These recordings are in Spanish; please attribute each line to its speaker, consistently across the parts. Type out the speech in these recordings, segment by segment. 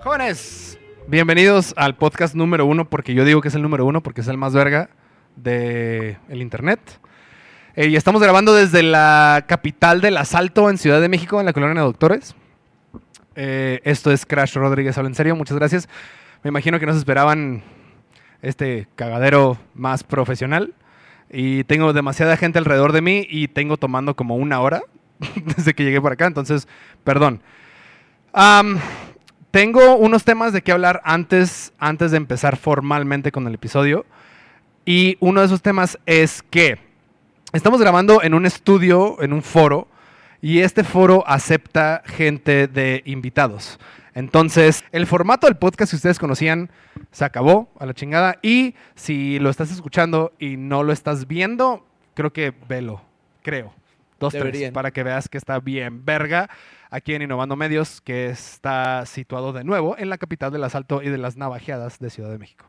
Speaker 1: Jóvenes, bienvenidos al podcast número uno, porque yo digo que es el número uno, porque es el más verga de el internet. Eh, y estamos grabando desde la capital del asalto en Ciudad de México, en la colonia de doctores. Eh, esto es Crash Rodríguez, habla en serio, muchas gracias. Me imagino que nos esperaban este cagadero más profesional. Y tengo demasiada gente alrededor de mí y tengo tomando como una hora desde que llegué para acá, entonces, perdón. Am, tengo unos temas de qué hablar antes, antes de empezar formalmente con el episodio. Y uno de esos temas es que estamos grabando en un estudio, en un foro, y este foro acepta gente de invitados. Entonces, el formato del podcast que ustedes conocían se acabó a la chingada. Y si lo estás escuchando y no lo estás viendo, creo que velo, creo. Dos, tres,
Speaker 2: Deberían.
Speaker 1: para que veas que está bien verga aquí en Innovando Medios, que está situado de nuevo en la capital del asalto y de las navajeadas de Ciudad de México.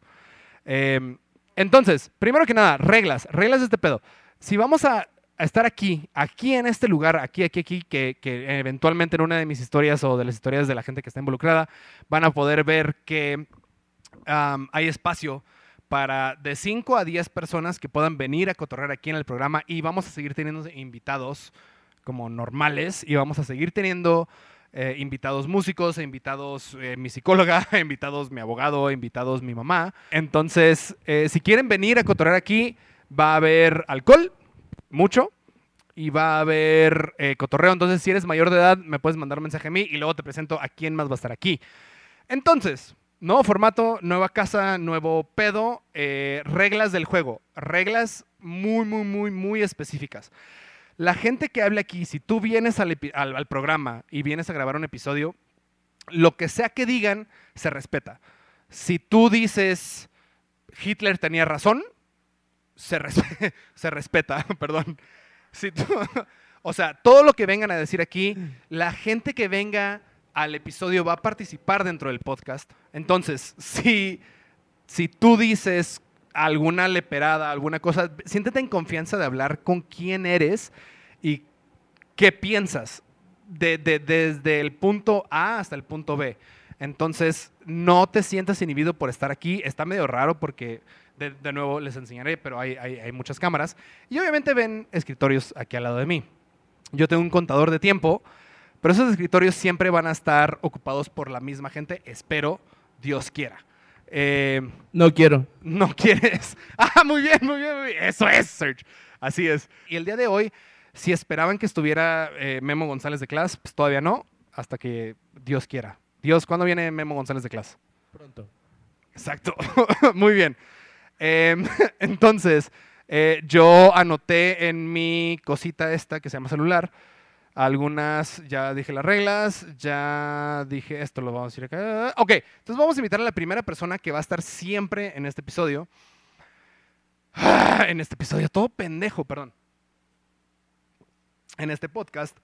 Speaker 1: Eh, entonces, primero que nada, reglas, reglas de este pedo. Si vamos a, a estar aquí, aquí en este lugar, aquí, aquí, aquí, que, que eventualmente en una de mis historias o de las historias de la gente que está involucrada, van a poder ver que am, hay espacio para de 5 a 10 personas que puedan venir a cotorrear aquí en el programa y vamos a seguir teniendo invitados como normales y vamos a seguir teniendo eh, invitados músicos, e invitados eh, mi psicóloga, e invitados mi abogado, e invitados mi mamá. Entonces, eh, si quieren venir a cotorrear aquí, va a haber alcohol, mucho, y va a haber eh, cotorreo. Entonces, si eres mayor de edad, me puedes mandar un mensaje a mí y luego te presento a quién más va a estar aquí. Entonces, nuevo formato, nueva casa, nuevo pedo, eh, reglas del juego, reglas muy, muy, muy, muy específicas. La gente que hable aquí, si tú vienes al, epi- al- al programa y vienes a grabar un episodio, lo que sea que digan se respeta. Si tú dices Hitler tenía razón, se, res- se respeta, perdón. Si tú- o sea, todo lo que vengan a decir aquí, la gente que venga al episodio va a participar dentro del podcast. Entonces, si, si tú dices alguna leperada, alguna cosa, siéntete en confianza de hablar con quién eres y qué piensas de- de- desde el punto A hasta el punto B. Entonces, no te sientas inhibido por estar aquí. Está medio raro porque, de, de nuevo, les enseñaré, pero hay, hay- hay muchas cámaras. Y obviamente ven escritorios aquí al lado de mí. Yo tengo un contador de tiempo, pero esos escritorios siempre van a estar ocupados por la misma gente, espero, Dios quiera. Eh,
Speaker 2: No quiero.
Speaker 1: no quieres. Ah, muy bien, muy bien, muy bien. Eso es, Serge. Así es. Y el día de hoy, si esperaban que estuviera eh, Memo González de Class, pues todavía no, hasta que Dios quiera. Dios, ¿cuándo viene Memo González de Class?
Speaker 2: Pronto.
Speaker 1: Exacto. Muy bien. Em, entonces, eh, yo anoté en mi cosita esta que se llama celular. Algunas, ya dije las reglas, ya dije esto, lo vamos a decir acá. Ok, entonces vamos a invitar a la primera persona que va a estar siempre en este episodio. en este episodio, todo pendejo, perdón. En este podcast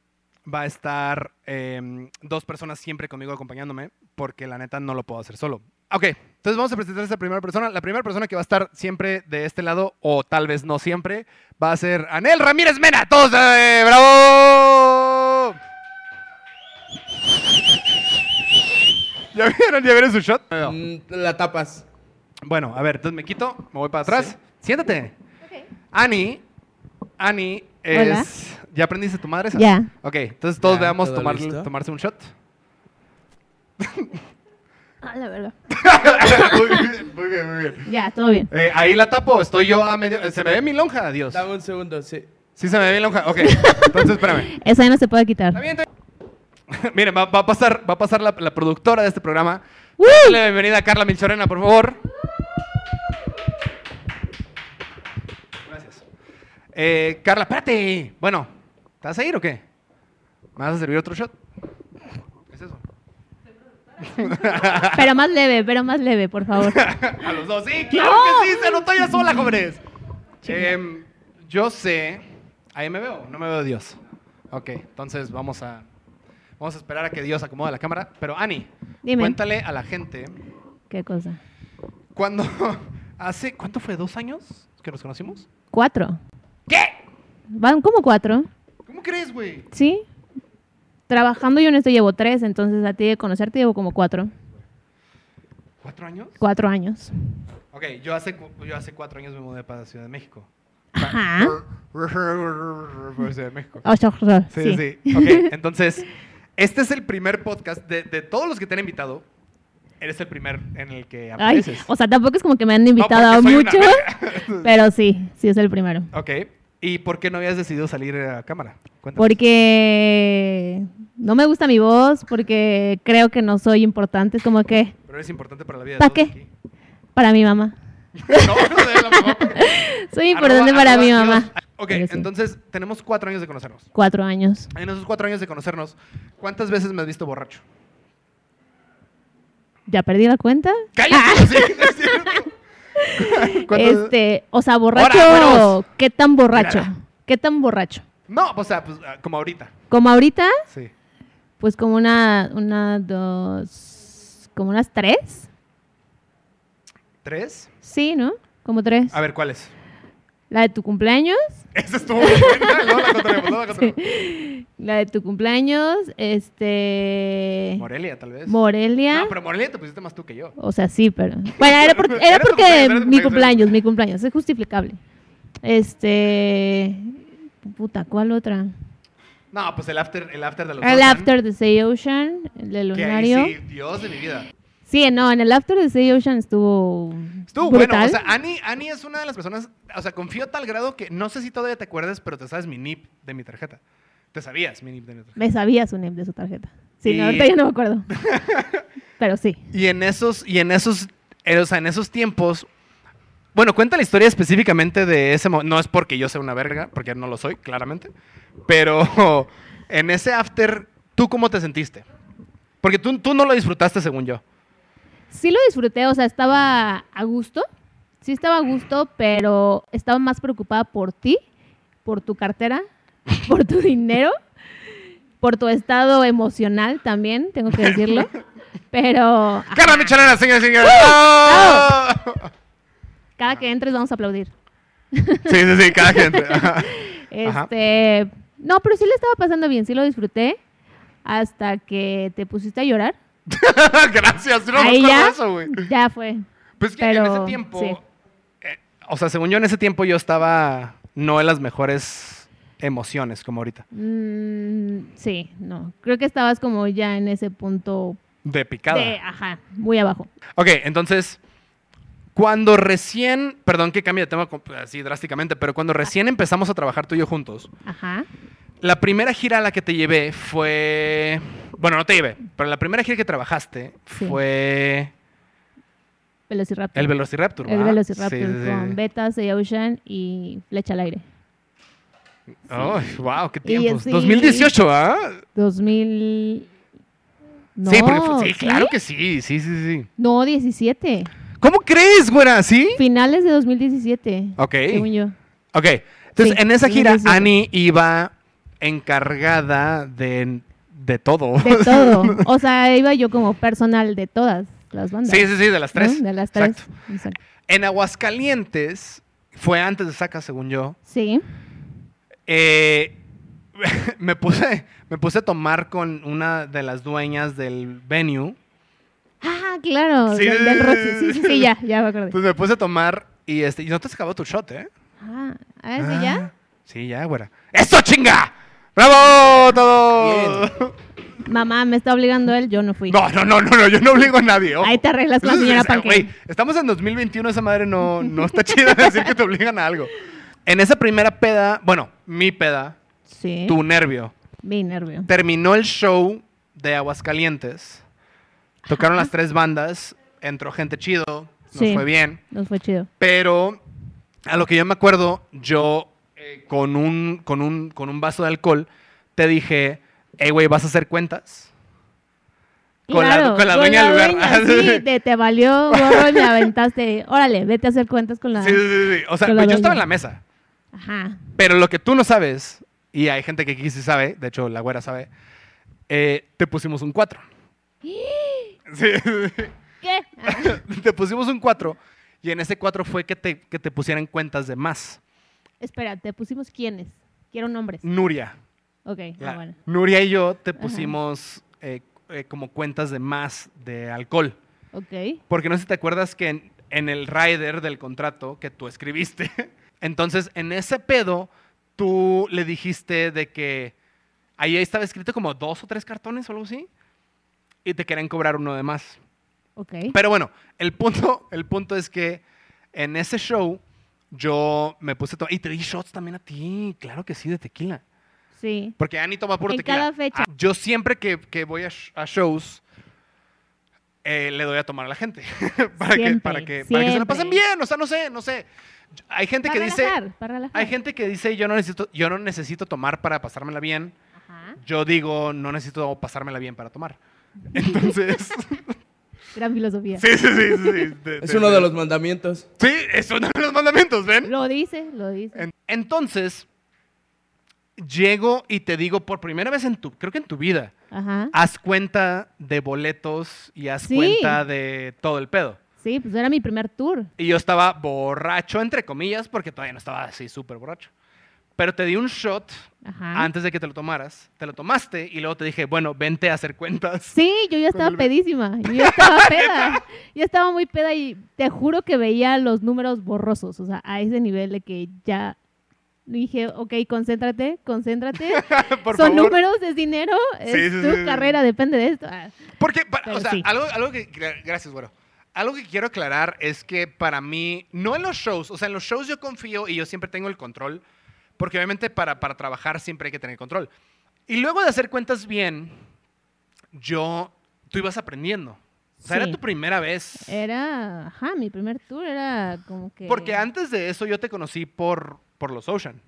Speaker 1: va a estar em, dos personas siempre conmigo acompañándome, porque la neta no lo puedo hacer solo. Ok, entonces vamos a presentar a esta primera persona. La primera persona que va a estar siempre de este lado, o tal vez no siempre, va a ser Anel Ramírez Mena. ¡Todos, eh, bravo! ¿Ya vieron? ¿Ya vieron su shot?
Speaker 2: Mm, la tapas.
Speaker 1: Bueno, a ver, entonces me quito, me voy para atrás.
Speaker 2: Sí.
Speaker 1: Siéntate.
Speaker 3: Ok.
Speaker 1: Ani, Ani
Speaker 3: Hola.
Speaker 1: es... ¿Ya aprendiste tu madre esa?
Speaker 3: Ya.
Speaker 1: Ok, entonces todos
Speaker 2: Ya,
Speaker 1: veamos
Speaker 2: ¿todo
Speaker 1: tomar-
Speaker 2: listo?
Speaker 1: tomarse un shot.
Speaker 3: Ah, la verdad.
Speaker 1: muy bien, muy bien, muy bien.
Speaker 3: Ya, todo bien.
Speaker 1: Eh, ahí la tapo, estoy yo a medio... ¿Se me ve mi lonja? Dios.
Speaker 2: Dame un segundo, sí.
Speaker 1: Sí, se me ve mi lonja. Ok, entonces espérame.
Speaker 3: Esa ya no se puede quitar.
Speaker 1: Está bien, está bien. Miren, va, va a pasar, va a pasar la, la productora de este programa. Dale la bienvenida a Carla Milchorena, por favor. Gracias. Eh, Carla, espérate. Bueno, ¿estás a ir o qué? ¿Me vas a servir otro shot? ¿Qué es eso?
Speaker 3: Pero más leve, pero más leve, por favor.
Speaker 1: A los dos, sí, claro
Speaker 3: No.
Speaker 1: que sí, se notó ya sola, jóvenes. Em, yo sé, ahí me veo, no me veo Dios. Ok, entonces vamos a, vamos a esperar a que Dios acomode la cámara. Pero Ani,
Speaker 3: Dime.
Speaker 1: cuéntale a la gente,
Speaker 3: ¿Qué cosa?
Speaker 1: cuando hace, ¿cuánto fue? ¿Dos años que nos conocimos?
Speaker 3: Cuatro.
Speaker 1: ¿Qué?
Speaker 3: ¿Van como cuatro?
Speaker 1: ¿Cómo crees, güey?
Speaker 3: ¿Sí? Trabajando yo en esto llevo tres, entonces a ti de conocerte llevo como cuatro.
Speaker 1: ¿Cuatro años?
Speaker 3: Cuatro años.
Speaker 1: Ok, yo hace, cu- yo hace cuatro años me mudé para Ciudad de México.
Speaker 3: Ajá.
Speaker 1: Para Ciudad de México.
Speaker 3: O sea,
Speaker 1: Sí, sí. Ok, entonces, este es el primer podcast de, de todos los que te han invitado. Eres el primer en el que
Speaker 3: Ay,
Speaker 1: apareces.
Speaker 3: o sea, tampoco es como que me han
Speaker 1: No,
Speaker 3: invitado a
Speaker 1: porque soy una
Speaker 3: mucho,
Speaker 1: verga.
Speaker 3: pero sí, sí es el primero.
Speaker 1: ok, ¿y por qué no habías decidido salir a cámara? Cuéntanos.
Speaker 3: Porque no me gusta mi voz, porque creo que no soy importante, es como que
Speaker 1: Pero eres importante para la vida de
Speaker 3: ¿Pa'
Speaker 1: todos
Speaker 3: qué?
Speaker 1: aquí.
Speaker 3: para mi mamá.
Speaker 1: No, no sé, a lo mejor porque-
Speaker 3: Soy importante
Speaker 1: Arroba,
Speaker 3: para
Speaker 1: arroba,
Speaker 3: mi
Speaker 1: Dios. Ah,
Speaker 3: mamá.
Speaker 1: Ok,
Speaker 3: Pero sí,
Speaker 1: entonces tenemos cuatro años de conocernos.
Speaker 3: Cuatro años.
Speaker 1: En esos cuatro años de conocernos, ¿cuántas veces me has visto borracho?
Speaker 3: ¿Ya perdí la cuenta?
Speaker 1: ¡Cállate! sí, es cierto. ¿Cuántas-
Speaker 3: Ah. Este, o sea, borracho,
Speaker 1: Ahora, güeros.
Speaker 3: ¿qué tan borracho?
Speaker 1: Mira.
Speaker 3: ¿Qué tan borracho?
Speaker 1: No, o sea, pues, ah, como ahorita.
Speaker 3: Como ahorita,
Speaker 1: Sí.
Speaker 3: pues como una, una, dos, como unas tres,
Speaker 1: ¿Tres?
Speaker 3: sí, ¿no? Como tres.
Speaker 1: A ver, ¿cuáles?
Speaker 3: La de tu cumpleaños,
Speaker 1: Esa estuvo muy buena. Luego la contaremos, luego la contaremos.
Speaker 3: la de tu cumpleaños, este,
Speaker 1: Morelia, tal vez.
Speaker 3: Morelia.
Speaker 1: No, pero Morelia te pusiste más tú que yo.
Speaker 3: O sea, sí, pero. Bueno, era porque, era
Speaker 1: Era tu
Speaker 3: porque
Speaker 1: cumpleaños, era tu
Speaker 3: mi
Speaker 1: cumpleaños,
Speaker 3: cumpleaños, mi cumpleaños. Es justificable. Este. Puta, ¿cuál otra?
Speaker 1: No, pues el after, el after de los
Speaker 3: El
Speaker 1: Ocean,
Speaker 3: After de Sea Ocean, el de
Speaker 1: que ahí
Speaker 3: Lunario.
Speaker 1: sí, Dios de mi vida.
Speaker 3: Sí. no, en el After de Sea Ocean estuvo.
Speaker 1: Estuvo bueno,
Speaker 3: brutal.
Speaker 1: o sea, ah. Ani, Ani es una de las personas, o sea, confío a tal grado que no sé si todavía te acuerdas, pero te sabes mi NIP de mi tarjeta. Te sabías mi NIP de mi tarjeta.
Speaker 3: Me sabía su nombre de su tarjeta. Sí,
Speaker 1: Y-
Speaker 3: no, ahorita ya no me acuerdo. pero sí.
Speaker 1: Y en esos, y en esos, eh, o sea, en esos tiempos, bueno, cuenta la historia específicamente de ese momento. No es porque yo sea una verga, porque no lo soy, claramente. Pero en ese after, ¿tú cómo te sentiste? Porque tú, tú no lo disfrutaste, según yo.
Speaker 3: Sí lo disfruté, o sea, estaba a gusto. Sí estaba a gusto, pero estaba más preocupada por ti, por tu cartera, por tu dinero, por tu estado emocional también, tengo que decirlo. Pero ajá,
Speaker 1: ¡Carla Michelera, señores y señores! ¡Oh!
Speaker 3: cada que entres vamos a aplaudir.
Speaker 1: Sí, sí, sí, cada gente. Ajá.
Speaker 3: Este, no, pero sí le estaba pasando bien, sí lo disfruté hasta que te pusiste a llorar.
Speaker 1: Gracias, no me
Speaker 3: Ahí
Speaker 1: acuerdo
Speaker 3: ya,
Speaker 1: de eso, güey.
Speaker 3: ya fue.
Speaker 1: Pues que en ese
Speaker 3: Pero,
Speaker 1: tiempo,
Speaker 3: sí.
Speaker 1: eh, o sea, según yo en ese tiempo yo estaba no en las mejores emociones como ahorita,
Speaker 3: Mm, sí, no. Creo que estabas como ya en ese punto
Speaker 1: de picada.
Speaker 3: de, ajá, muy abajo.
Speaker 1: Ok, entonces, cuando recién, perdón que cambie de tema com- así drásticamente, pero cuando recién empezamos a trabajar tú y yo juntos,
Speaker 3: Ajá.
Speaker 1: la primera gira a la que te llevé fue, bueno, no te llevé, pero la primera gira que trabajaste
Speaker 3: Sí.
Speaker 1: fue
Speaker 3: Velociraptor.
Speaker 1: el Velociraptor.
Speaker 3: El
Speaker 1: ¿va?
Speaker 3: Velociraptor
Speaker 1: Sí, sí, sí.
Speaker 3: con Beta, Sea Ocean y Flecha al Aire.
Speaker 1: Ay, wow, qué tiempos.
Speaker 3: así-
Speaker 1: 2018, ¿ah?
Speaker 3: 2000. No,
Speaker 1: sí, porque fue- sí, claro que sí, sí, sí, sí.
Speaker 3: No, 17.
Speaker 1: ¿Cómo crees, güera? ¿Sí?
Speaker 3: Finales de 2017.
Speaker 1: Ok.
Speaker 3: Según yo.
Speaker 1: Ok. Entonces,
Speaker 3: Sí,
Speaker 1: en esa gira,
Speaker 3: 2017.
Speaker 1: Annie iba encargada de, de todo.
Speaker 3: De todo. O sea, iba yo como personal de todas las bandas.
Speaker 1: sí, sí, sí, de las
Speaker 3: ¿no?
Speaker 1: tres.
Speaker 3: De las tres.
Speaker 1: Exacto.
Speaker 3: Exacto.
Speaker 1: En Aguascalientes, fue antes de Saca, según yo,
Speaker 3: Sí.
Speaker 1: eh, me, puse, me puse a tomar con una de las dueñas del venue.
Speaker 3: Ah, claro.
Speaker 1: Sí,
Speaker 3: del-
Speaker 1: sí,
Speaker 3: del
Speaker 1: sí,
Speaker 3: Roxy.
Speaker 1: sí,
Speaker 3: Sí,
Speaker 1: sí,
Speaker 3: sí,
Speaker 1: sí.
Speaker 3: sí, ya, ya me acordé.
Speaker 1: Entonces Pues me puse a tomar y, este, y no te has acabado tu shot, ¿eh?
Speaker 3: Ah, ¿ah, ¿sí ya?
Speaker 1: Ah, Sí, ya, güera. ¡Eso, chinga! ¡Bravo, todos!
Speaker 3: Mamá, me está obligando él, yo no fui.
Speaker 1: No, no, no, no, no, yo no obligo a nadie. ojo.
Speaker 3: Ahí te arreglas con la
Speaker 1: Eso es-
Speaker 3: señora
Speaker 1: esa-
Speaker 3: Panque.
Speaker 1: Este, güey, Estamos en 2021, esa madre no, no está chida decir que te obligan a algo. En esa primera peda, bueno, mi peda,
Speaker 3: Sí.
Speaker 1: tu nervio,
Speaker 3: Mi nervio.
Speaker 1: terminó el show de Aguascalientes, tocaron las tres bandas, entró gente chido, nos
Speaker 3: Sí.
Speaker 1: fue bien,
Speaker 3: Nos fue chido.
Speaker 1: pero a lo que yo me acuerdo, yo eh, con, un, con, un, con un vaso de alcohol te dije, hey, güey, ¿vas a hacer cuentas? Con la-
Speaker 3: Claro,
Speaker 1: con la dueña del lugar.
Speaker 3: dueña, sí, te, te valió gorro y me aventaste. Órale, vete a hacer cuentas con la.
Speaker 1: Sí, sí, sí, sí. O sea,
Speaker 3: Con la
Speaker 1: pues yo estaba
Speaker 3: dueña.
Speaker 1: en la mesa.
Speaker 3: Ajá.
Speaker 1: Pero lo que tú no sabes, y hay gente que aquí sí sabe, de hecho la güera sabe, eh, te pusimos un 4. Sí,
Speaker 3: ¿Qué? Ah,
Speaker 1: te pusimos un 4 y en ese 4 fue que te, que te pusieran cuentas de más.
Speaker 3: espera, te pusimos quiénes. Quiero nombres.
Speaker 1: Mm. Nuria.
Speaker 3: Ok, ah,
Speaker 1: la-
Speaker 3: bueno.
Speaker 1: Nuria y yo te
Speaker 3: Ajá.
Speaker 1: pusimos eh, eh, como cuentas de más de alcohol.
Speaker 3: Ok.
Speaker 1: Porque no sé si te acuerdas que en, en el rider del contrato que tú escribiste, entonces en ese pedo tú le dijiste de que ahí estaba escrito como dos o tres cartones o algo así y te querían cobrar uno de más.
Speaker 3: Ok.
Speaker 1: Pero bueno, el punto, el punto es que en ese show yo me puse to- y te di shots también a ti, claro que sí, de tequila.
Speaker 3: Sí.
Speaker 1: Porque Ani toma puro
Speaker 3: En
Speaker 1: tequila.
Speaker 3: cada fecha.
Speaker 1: Ah, Yo siempre que, que voy a, sh- a shows eh, le doy a tomar a la gente. para, que,
Speaker 3: Siempre,
Speaker 1: para, que, para que se la pasen
Speaker 3: siempre.
Speaker 1: bien. O sea, no sé, no sé. Yo- Hay gente
Speaker 3: Para
Speaker 1: que dice.
Speaker 3: relajar, para relajar.
Speaker 1: Hay gente que dice yo no necesito, yo no necesito tomar para pasármela bien.
Speaker 3: Ajá.
Speaker 1: Yo digo, no necesito pasármela bien para tomar. Entonces.
Speaker 3: Gran filosofía.
Speaker 1: sí, sí, sí, sí, sí, de-
Speaker 2: Es uno de los mandamientos.
Speaker 1: Sí, es uno de los mandamientos, ¿ven?
Speaker 3: Lo dice, lo dice.
Speaker 1: En- Entonces, llego y te digo por primera vez en tu, creo que en tu vida,
Speaker 3: Ajá.
Speaker 1: haz cuenta de boletos y haz
Speaker 3: Sí.
Speaker 1: cuenta de todo el pedo.
Speaker 3: Sí, pues era mi primer tour.
Speaker 1: Y yo estaba borracho, entre comillas, porque todavía no estaba así súper borracho. Pero te di un shot
Speaker 3: Ajá.
Speaker 1: antes de que te lo tomaras. Te lo tomaste y luego te dije, bueno, vente a hacer cuentas.
Speaker 3: Sí, yo ya
Speaker 1: Con
Speaker 3: estaba
Speaker 1: el-
Speaker 3: pedísima. Yo ya estaba peda. Yo estaba muy peda y te juro que veía los números borrosos. O sea, a ese nivel de que ya dije, ok, concéntrate, concéntrate.
Speaker 1: por
Speaker 3: Son
Speaker 1: favor.
Speaker 3: números, es dinero, es
Speaker 1: Sí, sí,
Speaker 3: tu
Speaker 1: sí, sí.
Speaker 3: carrera, depende de esto. Ah,
Speaker 1: Porque, pa- o
Speaker 3: Pero
Speaker 1: sea,
Speaker 3: sí.
Speaker 1: algo, algo que. gra- Gracias, güero. Algo que quiero aclarar es que para mí, no en los shows, o sea, en los shows yo confío y yo siempre tengo el control, porque obviamente para, para trabajar siempre hay que tener control. Y luego de hacer cuentas bien, yo, tú ibas aprendiendo. O sea, era
Speaker 3: Sí. Eh,
Speaker 1: tu primera vez.
Speaker 3: Era, ajá, mi primer tour era como que...
Speaker 1: Porque antes de eso yo te conocí por, por los Ocean.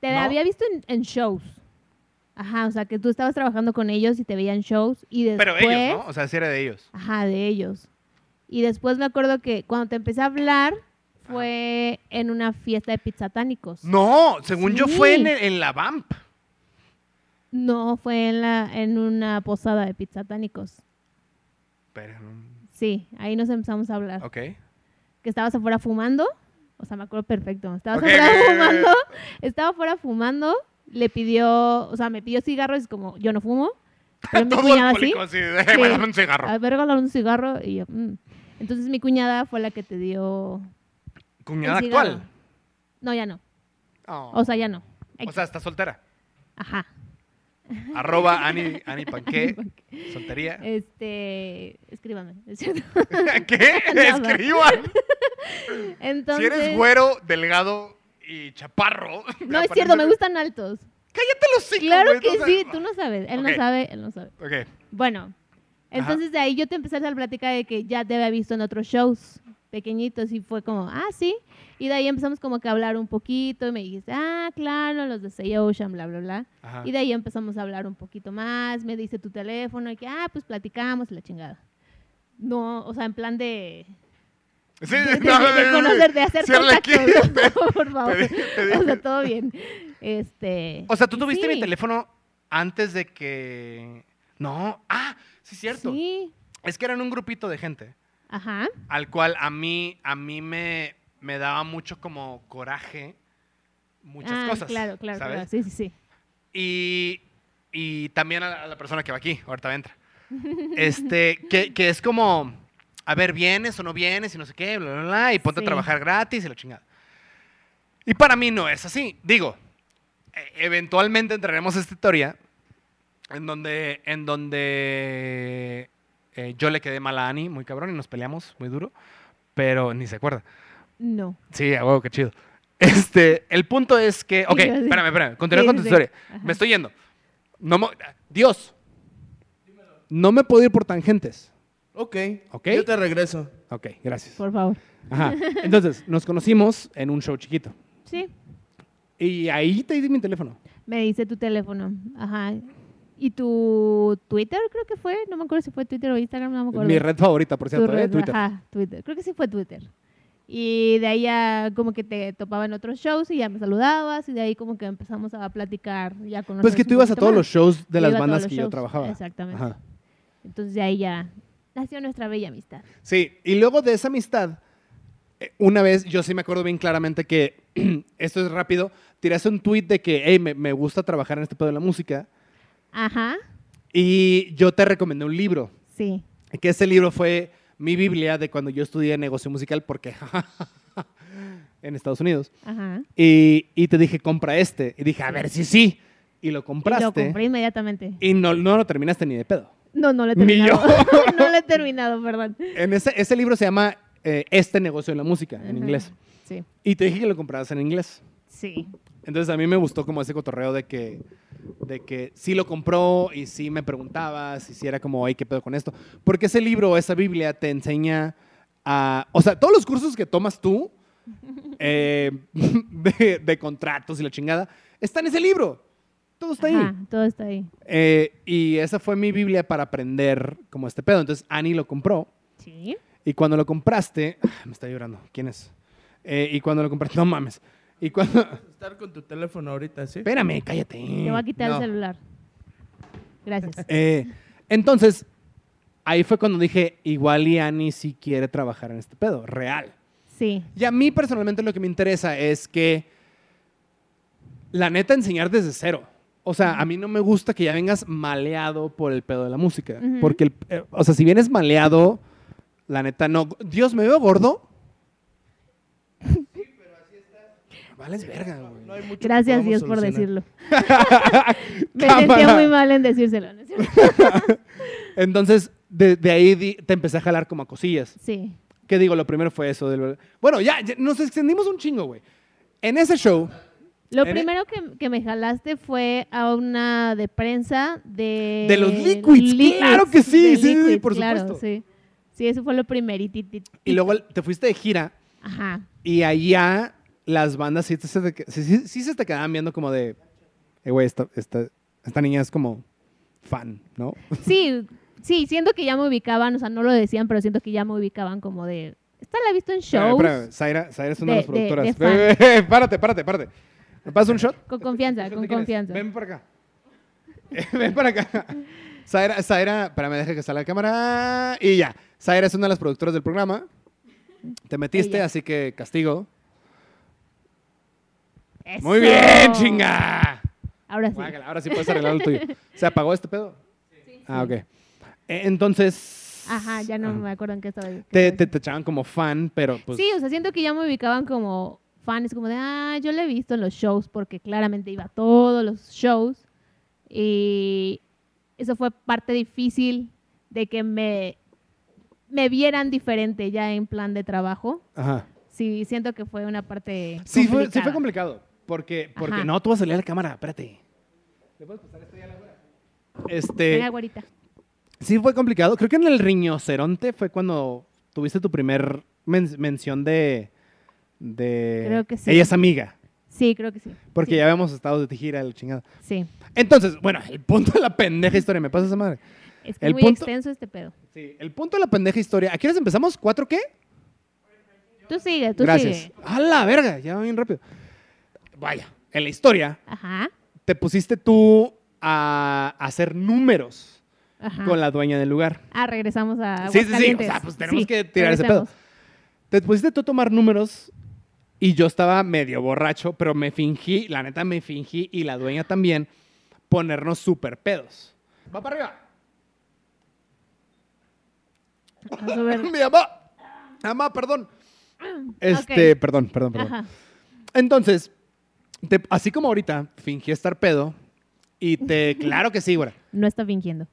Speaker 3: Te
Speaker 1: ¿No?
Speaker 3: había visto en, en shows. Ajá, o sea, que tú estabas trabajando con ellos y te veían shows y después...
Speaker 1: Pero ellos, ¿no? O sea, sí era de ellos.
Speaker 3: Ajá, de ellos. Y después me acuerdo que cuando te empecé a hablar fue en una fiesta de pizzatánicos.
Speaker 1: No, según yo fue en,
Speaker 3: Sí.
Speaker 1: el- en la Vamp.
Speaker 3: No, fue en, la, en una posada de pizzatánicos.
Speaker 1: Pero,
Speaker 3: Sí, ahí nos empezamos a hablar.
Speaker 1: ok.
Speaker 3: Que estabas afuera fumando. O sea, me acuerdo perfecto. Estabas
Speaker 1: Ok,
Speaker 3: afuera
Speaker 1: ok, ok, ok.
Speaker 3: fumando. Estaba afuera fumando. Le pidió, o sea, me pidió cigarros y como, yo no fumo. Pero mi
Speaker 1: Todo
Speaker 3: cuñada sí.
Speaker 1: alcohólico,
Speaker 3: Ah,
Speaker 1: así de, "Hey, güey, dame un cigarro.
Speaker 3: A ver, regalaron un cigarro y yo, mm. Entonces mi cuñada fue la que te dio. el
Speaker 1: Cuñada
Speaker 3: cigarro.
Speaker 1: actual.
Speaker 3: No, ya no.
Speaker 1: Oh.
Speaker 3: O sea, ya no.
Speaker 1: O sea, está soltera.
Speaker 3: Ajá.
Speaker 1: Arroba Ani, Ani Panqué, soltería.
Speaker 3: Este, escríbame, es cierto.
Speaker 1: ¿Qué?
Speaker 3: Nada.
Speaker 1: Escriban. Si
Speaker 3: Entonces,
Speaker 1: eres güero, delgado y chaparro.
Speaker 3: no es cierto, me gustan altos.
Speaker 1: Cállate los cinco.
Speaker 3: Claro que sí, tú no sabes, él
Speaker 1: Ok.
Speaker 3: no sabe, él no sabe.
Speaker 1: Ok.
Speaker 3: Bueno, entonces de ahí yo te empecé a dar plática de que ya te había visto en otros shows pequeñitos y fue como, ah, sí. Y de ahí empezamos como que a hablar un poquito y me dijiste, ah, claro, los de Say Ocean, bla, bla, bla.
Speaker 1: Ajá.
Speaker 3: Y de ahí empezamos a hablar un poquito más, me dice tu teléfono y que, ah, pues platicamos la chingada. No, o sea, en plan de,
Speaker 1: Sí,
Speaker 3: de, de-
Speaker 1: no, no,
Speaker 3: de
Speaker 1: no, no.
Speaker 3: conocer, de hacer
Speaker 1: Ciérrale
Speaker 3: contacto.
Speaker 1: aquí.
Speaker 3: ¿no? por favor.
Speaker 1: Te di- te di-
Speaker 3: O sea, todo bien. Este,
Speaker 1: O sea, tú
Speaker 3: y
Speaker 1: tuviste mi
Speaker 3: sí,
Speaker 1: teléfono antes de que. No. Ah, sí, cierto.
Speaker 3: Sí,
Speaker 1: Es que eran un grupito de gente
Speaker 3: ajá,
Speaker 1: al cual a mí, a mí me, me daba mucho como coraje muchas
Speaker 3: Ah,
Speaker 1: cosas.
Speaker 3: Claro, claro,
Speaker 1: ¿sabes?
Speaker 3: claro. Sí, sí, sí.
Speaker 1: Y, y también a la, a la persona que va aquí, ahorita entra. Este, que, que es como, a ver, vienes o no vienes y no sé qué, bla, bla, bla, y ponte a
Speaker 3: Sí.
Speaker 1: trabajar gratis y la chingada. Y para mí no es así. Digo, e- eventualmente entraremos a esta teoría en donde, en donde eh, yo le quedé mal a Ani, muy cabrón, y nos peleamos muy duro, pero ni se acuerda.
Speaker 3: No.
Speaker 1: Sí, a huevo, qué chido. Este, el punto es que. Ok,
Speaker 3: yo así.
Speaker 1: espérame, espérame. Continúa
Speaker 3: Sí,
Speaker 1: con
Speaker 3: sí,
Speaker 1: tu
Speaker 3: sí.
Speaker 1: historia.
Speaker 3: Ajá.
Speaker 1: Me estoy yendo. No mo- Dios. No me puedo ir por tangentes.
Speaker 2: Ok.
Speaker 1: Ok.
Speaker 2: Yo te regreso.
Speaker 1: Ok, gracias.
Speaker 3: Por favor.
Speaker 1: Ajá. Entonces, nos conocimos en un show chiquito.
Speaker 3: Sí,
Speaker 1: Y ahí te di mi teléfono.
Speaker 3: me dice tu teléfono. Ajá. Y tu Twitter, creo que fue. No me acuerdo si fue Twitter o Instagram, no me acuerdo.
Speaker 1: Mi red favorita, por
Speaker 3: Tu
Speaker 1: cierto, ¿eh?
Speaker 3: red,
Speaker 1: Twitter.
Speaker 3: Ajá, Twitter. Creo que sí fue Twitter. Y de ahí ya como que te topaba en otros shows y ya me saludabas y de ahí como que empezamos a platicar ya con
Speaker 1: Pues que tú ibas a todos los shows de las bandas que yo trabajaba.
Speaker 3: Exactamente.
Speaker 1: Ajá.
Speaker 3: Entonces de ahí ya nació nuestra bella amistad.
Speaker 1: Sí, y luego de esa amistad, eh, una vez, yo sí me acuerdo bien claramente que, esto es rápido, tiraste un tweet de que, hey, me, me gusta trabajar en este pedo de la música,
Speaker 3: Ajá,
Speaker 1: y yo te recomendé un libro.
Speaker 3: sí.
Speaker 1: que este libro fue mi Biblia de cuando yo estudié negocio musical, porque en Estados Unidos.
Speaker 3: Ajá.
Speaker 1: Y, y te dije, compra este. Y dije, a ver si sí. Y lo compraste.
Speaker 3: Lo compré inmediatamente.
Speaker 1: Y no, no lo terminaste ni de pedo.
Speaker 3: No, no lo he
Speaker 1: Ni
Speaker 3: terminado. no lo he terminado, perdón.
Speaker 1: En ese, ese libro se llama eh, Este negocio de la música, en
Speaker 3: Ajá.
Speaker 1: inglés.
Speaker 3: Sí,
Speaker 1: Y te dije que lo compraras en inglés.
Speaker 3: sí.
Speaker 1: Entonces a mí me gustó como ese cotorreo de que, de que sí lo compró y sí me preguntabas y sí era como, ay, ¿qué pedo con esto? Porque ese libro, esa Biblia te enseña a... O sea, todos los cursos que tomas tú eh, de, de contratos y la chingada, está en ese libro. Todo está ahí.
Speaker 3: Ajá, todo está ahí.
Speaker 1: Eh, y esa fue mi Biblia para aprender como este pedo. Entonces Annie lo compró
Speaker 3: Sí.
Speaker 1: y cuando lo compraste... ah, Me está llorando. ¿Quién es? Eh, y cuando lo compraste... No mames. Y cuando...
Speaker 2: Estar con tu teléfono ahorita, ¿sí?
Speaker 1: Espérame, cállate.
Speaker 3: Te voy a quitar
Speaker 1: No.
Speaker 3: el celular. Gracias.
Speaker 1: Eh, entonces, ahí fue cuando dije, igual y Annie sí quiere trabajar en este pedo, real.
Speaker 3: Sí.
Speaker 1: Y a mí personalmente lo que me interesa es que, la neta, enseñar desde cero. O sea, a mí no me gusta que ya vengas maleado por el pedo de la música.
Speaker 3: Ujú.
Speaker 1: Porque, el- eh, o sea, si vienes maleado, la neta, no. Dios, ¿me veo gordo? Vales verga, güey.
Speaker 2: No hay mucho que
Speaker 3: Gracias
Speaker 2: podamos
Speaker 3: Dios por
Speaker 2: solucionar.
Speaker 3: decirlo. Me sentía
Speaker 1: Cámara.
Speaker 3: muy mal en decírselo. ¿no es cierto?
Speaker 1: Entonces, de, de ahí di- te empecé a jalar como a cosillas.
Speaker 3: Sí.
Speaker 1: ¿Qué digo? Lo primero fue eso. del- Bueno, ya, ya nos extendimos un chingo, güey. En ese show,
Speaker 3: Lo
Speaker 1: En-
Speaker 3: primero que, que me jalaste fue a una de prensa de...
Speaker 1: De los Liquids, claro que sí,
Speaker 3: de
Speaker 1: sí, sí,
Speaker 3: Liquids,
Speaker 1: por
Speaker 3: claro,
Speaker 1: supuesto.
Speaker 3: Sí. sí, eso fue lo primeritito.
Speaker 1: y luego te fuiste de gira,
Speaker 3: Ajá.
Speaker 1: y allá las bandas sí, te- se te que- sí- sí- sí se te quedaban viendo como de, "Eh, güey, esta, esta- esta niña es como fan, ¿no?
Speaker 3: Sí, sí, siento que ya me ubicaban, o sea, no lo decían, pero siento que ya me ubicaban como de... Esta la he visto en
Speaker 1: Espérame,
Speaker 3: shows
Speaker 1: espérame, Zaira, Zaira es una de, las
Speaker 3: De- de-
Speaker 1: productoras.
Speaker 3: de
Speaker 1: párate, párate, párate. ¿Me pasas un shot?
Speaker 3: con confianza, con
Speaker 1: ¿Quién es?
Speaker 3: confianza.
Speaker 1: Ven para acá. Ven para acá. Zaira, Zaira, espérame, deja que salga la cámara. Y ya. Zaira es una de las productoras del programa. Te metiste,
Speaker 3: Ella.
Speaker 1: así que castigo.
Speaker 3: ¡Eso!
Speaker 1: Muy bien, chinga.
Speaker 3: Ahora sí.
Speaker 1: Guácala, ahora sí puedes arreglar lo tuyo. ¿Se apagó este pedo? Sí. Ah, ok. Eh, Entonces.
Speaker 3: Ajá, ya no
Speaker 1: Ajá.
Speaker 3: me acuerdo en qué estaba. qué
Speaker 1: Te,
Speaker 3: estaba
Speaker 1: te, te echaban como fan, pero pues.
Speaker 3: sí, o sea, siento que ya me ubicaban como fans, como de, ah, yo la he visto en los shows, porque claramente iba a todos los shows. Y eso fue parte difícil de que me, me vieran diferente ya en plan de trabajo.
Speaker 1: Ajá.
Speaker 3: Sí, siento que fue una parte.
Speaker 1: Sí, fue, sí
Speaker 3: complicada.
Speaker 1: fue complicado. Porque, porque
Speaker 3: Ajá.
Speaker 1: no, tú vas a salir a la cámara, espérate. ¿Le puedes pasar esto ya a la
Speaker 3: Venga,
Speaker 1: Este.
Speaker 3: güerita.
Speaker 1: Sí, fue complicado. Creo que en el riñoceronte fue cuando tuviste tu primer men- mención de, de.
Speaker 3: Creo que sí.
Speaker 1: Ella es amiga.
Speaker 3: Sí, creo que sí.
Speaker 1: Porque
Speaker 3: sí,
Speaker 1: ya habíamos estado de gira, la chingada.
Speaker 3: Sí.
Speaker 1: Entonces, bueno, el punto de la pendeja historia. ¿Me pasa esa madre?
Speaker 3: Es que
Speaker 1: El
Speaker 3: es muy
Speaker 1: punto-
Speaker 3: extenso este pedo.
Speaker 1: Sí, el punto de la pendeja historia. ¿A quiénes empezamos? ¿Cuatro qué?
Speaker 3: Tú sigue, tú
Speaker 1: Gracias.
Speaker 3: sigue.
Speaker 1: A la verga, ya va bien rápido. Vaya, en la historia
Speaker 3: Ajá.
Speaker 1: te pusiste tú a hacer números
Speaker 3: Ajá.
Speaker 1: con la dueña del lugar.
Speaker 3: Ah, regresamos a.
Speaker 1: Sí, sí, sí, o sea,
Speaker 3: Aguascalientes.
Speaker 1: pues tenemos
Speaker 3: Sí,
Speaker 1: que tirar ese pedo.
Speaker 3: regresamos.
Speaker 1: Te pusiste tú a tomar números y yo estaba medio borracho, pero me fingí, la neta me fingí y la dueña también, ponernos súper pedos. Va para arriba.
Speaker 3: Vamos a ver.
Speaker 1: Mi mamá. Mamá, perdón. Este,
Speaker 3: Ok.
Speaker 1: perdón, perdón, perdón.
Speaker 3: Ajá.
Speaker 1: Entonces, te- así como ahorita, fingí estar pedo y te, claro que sí, güey.
Speaker 3: No está fingiendo.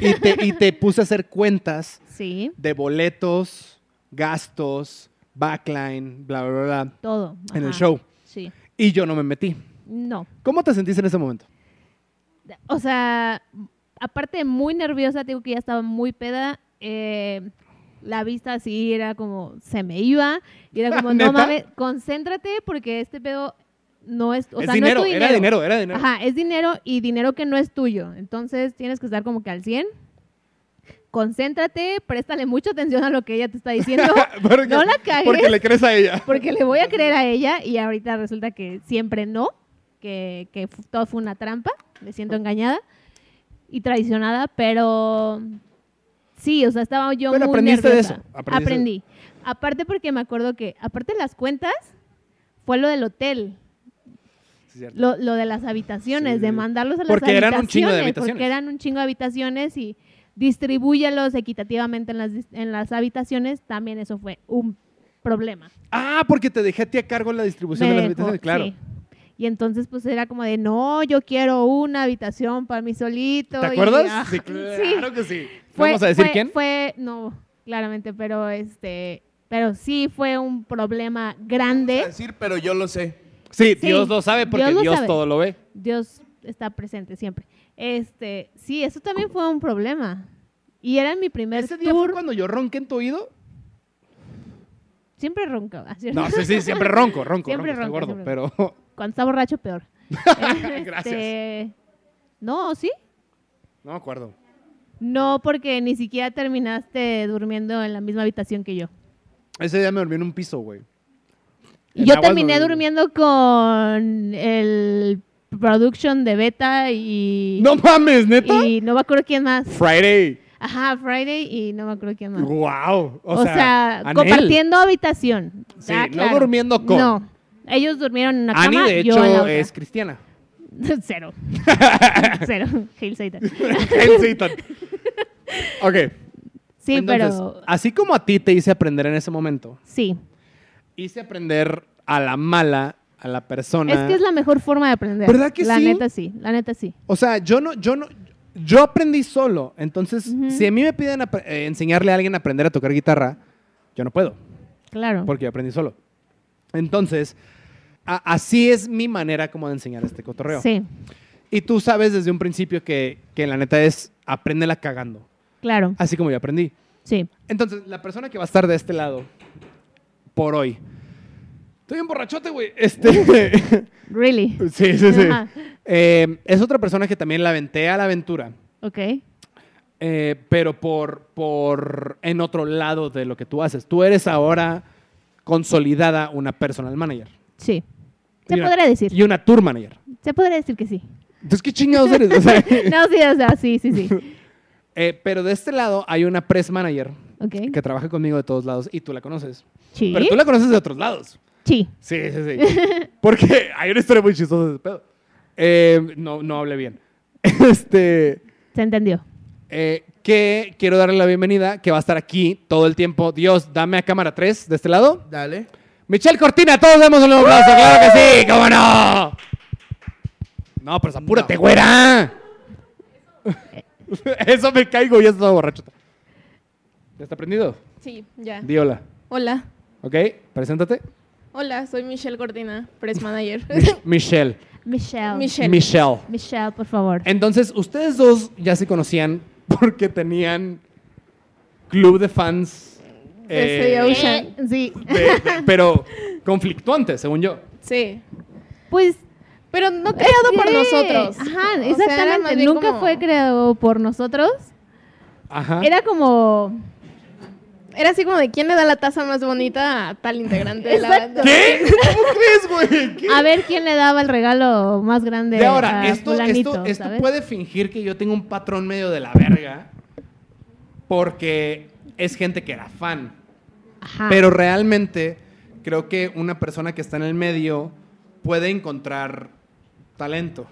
Speaker 1: Y te, y te puse a hacer cuentas
Speaker 3: Sí,
Speaker 1: de boletos, gastos, backline, bla, bla, bla, bla,
Speaker 3: todo.
Speaker 1: en el
Speaker 3: ajá.
Speaker 1: show.
Speaker 3: Sí.
Speaker 1: Y yo no me metí.
Speaker 3: No.
Speaker 1: ¿Cómo te sentiste en ese momento?
Speaker 3: O sea, aparte de muy nerviosa, te digo que ya estaba muy peda. eh, la vista así era como, se me iba. Y era como,
Speaker 1: ¿Neta?
Speaker 3: no mames, concéntrate porque este pedo no es, o
Speaker 1: es
Speaker 3: sea,
Speaker 1: dinero,
Speaker 3: no es tu
Speaker 1: era dinero, era dinero.
Speaker 3: Ajá, es dinero y dinero que no es tuyo. Entonces tienes que estar como que al 100. Concéntrate, préstale mucha atención a lo que ella te está diciendo.
Speaker 1: Porque-
Speaker 3: no la cagues.
Speaker 1: Porque le crees a ella.
Speaker 3: Porque le voy a creer a ella y ahorita resulta que siempre no, que, que fu- todo fue una trampa, me siento engañada y traicionada, pero sí, o sea, estaba yo
Speaker 1: Pero
Speaker 3: muy
Speaker 1: aprendiste de
Speaker 3: nerviosa.
Speaker 1: eso, aprendiste
Speaker 3: Aprendí. Aparte porque me acuerdo que, aparte de las cuentas, fue lo del hotel,
Speaker 1: Sí, cierto.
Speaker 3: lo, lo de las habitaciones,
Speaker 1: Sí.
Speaker 3: de mandarlos a las
Speaker 1: Porque
Speaker 3: habitaciones.
Speaker 1: eran un chingo de
Speaker 3: Porque
Speaker 1: habitaciones.
Speaker 3: eran un chingo de habitaciones y distribúyelos equitativamente en las, dis- en las habitaciones, también eso fue un problema.
Speaker 1: Ah, porque te dejé a ti a cargo la distribución de, las
Speaker 3: Dejo,
Speaker 1: habitaciones, claro.
Speaker 3: pues, sí. Y entonces pues era como de, no, yo quiero una habitación para mí solito.
Speaker 1: ¿Te
Speaker 3: y- ah,
Speaker 1: acuerdas? Sí,
Speaker 3: sí.
Speaker 1: claro que sí.
Speaker 3: Fue-
Speaker 1: ¿Vamos a decir
Speaker 3: fue-
Speaker 1: quién?
Speaker 3: Fue, no, claramente, pero este, pero sí fue un problema grande.
Speaker 2: decir, pero yo lo sé.
Speaker 1: Sí,
Speaker 3: sí,
Speaker 1: Dios lo sabe porque
Speaker 3: Dios
Speaker 1: Dios,
Speaker 3: lo sabe.
Speaker 1: todo lo ve.
Speaker 3: Dios está presente siempre. Este, sí, eso también fue un problema. Y era mi primer
Speaker 1: ¿Ese día fue
Speaker 3: tour.
Speaker 1: cuando yo ronqué en tu oído?
Speaker 3: Siempre roncaba, ¿cierto?
Speaker 1: No, sí, sí, siempre ronco, ronco, ronco,
Speaker 3: Siempre
Speaker 1: estoy
Speaker 3: ronco,
Speaker 1: gordo,
Speaker 3: siempre
Speaker 1: pero...
Speaker 3: Cuando está borracho, peor.
Speaker 1: Gracias.
Speaker 3: Este, no, ¿sí?
Speaker 1: No me acuerdo.
Speaker 3: No, porque ni siquiera terminaste durmiendo en la misma habitación que yo.
Speaker 1: Ese día me dormí en un piso, güey.
Speaker 3: Y
Speaker 1: En
Speaker 3: yo
Speaker 1: aguas
Speaker 3: terminé
Speaker 1: no-
Speaker 3: durmiendo con el production de Beta y...
Speaker 1: ¡No mames, neta!
Speaker 3: Y no me acuerdo quién más.
Speaker 1: Friday.
Speaker 3: Ajá, Friday y no me acuerdo quién más.
Speaker 1: ¡Wow!
Speaker 3: O, sea,
Speaker 1: Anel.
Speaker 3: compartiendo habitación.
Speaker 1: Sí,
Speaker 3: Ah,
Speaker 1: no
Speaker 3: claro.
Speaker 1: durmiendo con.
Speaker 3: No, ellos durmieron en una
Speaker 1: Ani,
Speaker 3: cama,
Speaker 1: de
Speaker 3: yo en la
Speaker 1: hecho,
Speaker 3: otra.
Speaker 1: es cristiana.
Speaker 3: Cero. Cero. Hail Satan.
Speaker 1: Hail Satan. ok.
Speaker 3: Sí,
Speaker 1: entonces,
Speaker 3: pero...
Speaker 1: Así como a ti te hice aprender en ese momento,
Speaker 3: Sí.
Speaker 1: hice aprender a la mala, a la persona.
Speaker 3: Es que es la mejor forma de aprender.
Speaker 1: ¿Verdad que
Speaker 3: la
Speaker 1: sí?
Speaker 3: La neta sí, la neta sí.
Speaker 1: O sea, yo no, yo no, yo aprendí solo. Entonces,
Speaker 3: Ujú.
Speaker 1: si a mí me piden apre- eh, enseñarle a alguien a aprender a tocar guitarra, yo no puedo.
Speaker 3: Claro.
Speaker 1: porque yo aprendí solo. Entonces, a- así es mi manera como de enseñar este cotorreo.
Speaker 3: Sí,
Speaker 1: Y tú sabes desde un principio que, que la neta es apréndela cagando,
Speaker 3: claro.
Speaker 1: así como yo aprendí.
Speaker 3: Sí.
Speaker 1: Entonces, la persona que va a estar de este lado por hoy. Estoy bien borrachote, güey. Este,
Speaker 3: Really.
Speaker 1: sí, sí, sí.
Speaker 3: Ajá.
Speaker 1: Eh, es otra persona que también la aventé a la aventura,
Speaker 3: Ok.
Speaker 1: eh, pero por, por en otro lado de lo que tú haces. Tú eres ahora consolidada una personal manager.
Speaker 3: Sí. Se
Speaker 1: Mira,
Speaker 3: podría decir.
Speaker 1: Y una tour manager.
Speaker 3: Se podría decir que sí.
Speaker 1: Entonces, ¿qué chingados eres? O sea,
Speaker 3: No, sí, o sea, sí, sí, sí.
Speaker 1: eh, pero de este lado hay una press manager
Speaker 3: Ok.
Speaker 1: que trabaja conmigo de todos lados y tú la conoces.
Speaker 3: Sí.
Speaker 1: Pero tú la conoces de otros lados.
Speaker 3: Sí.
Speaker 1: Sí, sí, sí. Porque hay una historia muy chistosa de ese pedo. Eh, no, no hablé bien. Este,
Speaker 3: Se entendió.
Speaker 1: eh, que quiero darle la bienvenida, que va a estar aquí todo el tiempo. Dios, dame a cámara 3 de este lado.
Speaker 2: Dale.
Speaker 1: Michelle Cortina, todos demos un aplauso, claro que sí, cómo no. No, pero apúrate,
Speaker 2: No.
Speaker 1: güera. Eso me caigo, ya estaba borracho. ¿Ya está prendido?
Speaker 4: Sí, ya.
Speaker 1: Di hola.
Speaker 4: Hola.
Speaker 1: Ok, preséntate.
Speaker 4: Hola, soy Michelle Cortina, press manager.
Speaker 1: Mich- Michelle.
Speaker 3: Michelle. Michelle.
Speaker 4: Michelle.
Speaker 1: Michelle.
Speaker 3: por favor.
Speaker 1: Entonces, ustedes dos ya se conocían porque tenían club de fans. eh,
Speaker 4: De Soy Ocean.
Speaker 3: Eh, sí.
Speaker 1: de- de- pero conflictuantes, según yo.
Speaker 4: Sí.
Speaker 3: Pues
Speaker 4: Pero no creado por
Speaker 3: sí.
Speaker 4: nosotros.
Speaker 3: Ajá,
Speaker 4: O sea, era
Speaker 3: exactamente.
Speaker 4: más bien
Speaker 3: Nunca
Speaker 4: como-
Speaker 3: fue creado por nosotros.
Speaker 1: Ajá.
Speaker 3: Era como.
Speaker 4: Era así como de quién le da la taza más bonita a tal integrante de la banda.
Speaker 1: ¿Qué? ¿Cómo crees, güey? ¿Qué?
Speaker 3: A ver quién le daba el regalo más grande.
Speaker 1: Y ahora,
Speaker 3: a
Speaker 1: esto,
Speaker 3: fulanito,
Speaker 1: esto, esto
Speaker 3: ¿sabes?
Speaker 1: puede fingir que yo tengo un patrón medio de la verga, porque es gente que era fan.
Speaker 3: Ajá.
Speaker 1: Pero realmente creo que una persona que está en el medio puede encontrar talento.